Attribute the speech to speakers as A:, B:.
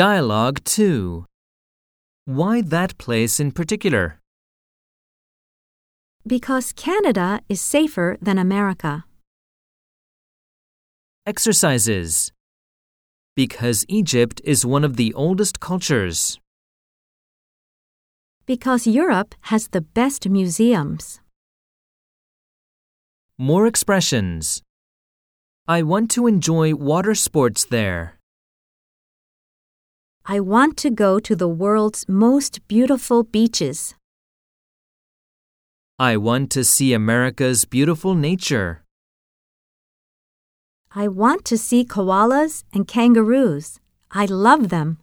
A: Dialogue 2. Why that place in particular?
B: Because Canada is safer than America.
A: Exercises. Because Egypt is one of the oldest cultures.
B: Because Europe has the best museums.
A: More expressions. I want to enjoy water sports there.
B: I want to go to the world's most beautiful beaches.
A: I want to see America's beautiful nature.
B: I want to see koalas and kangaroos. I love them.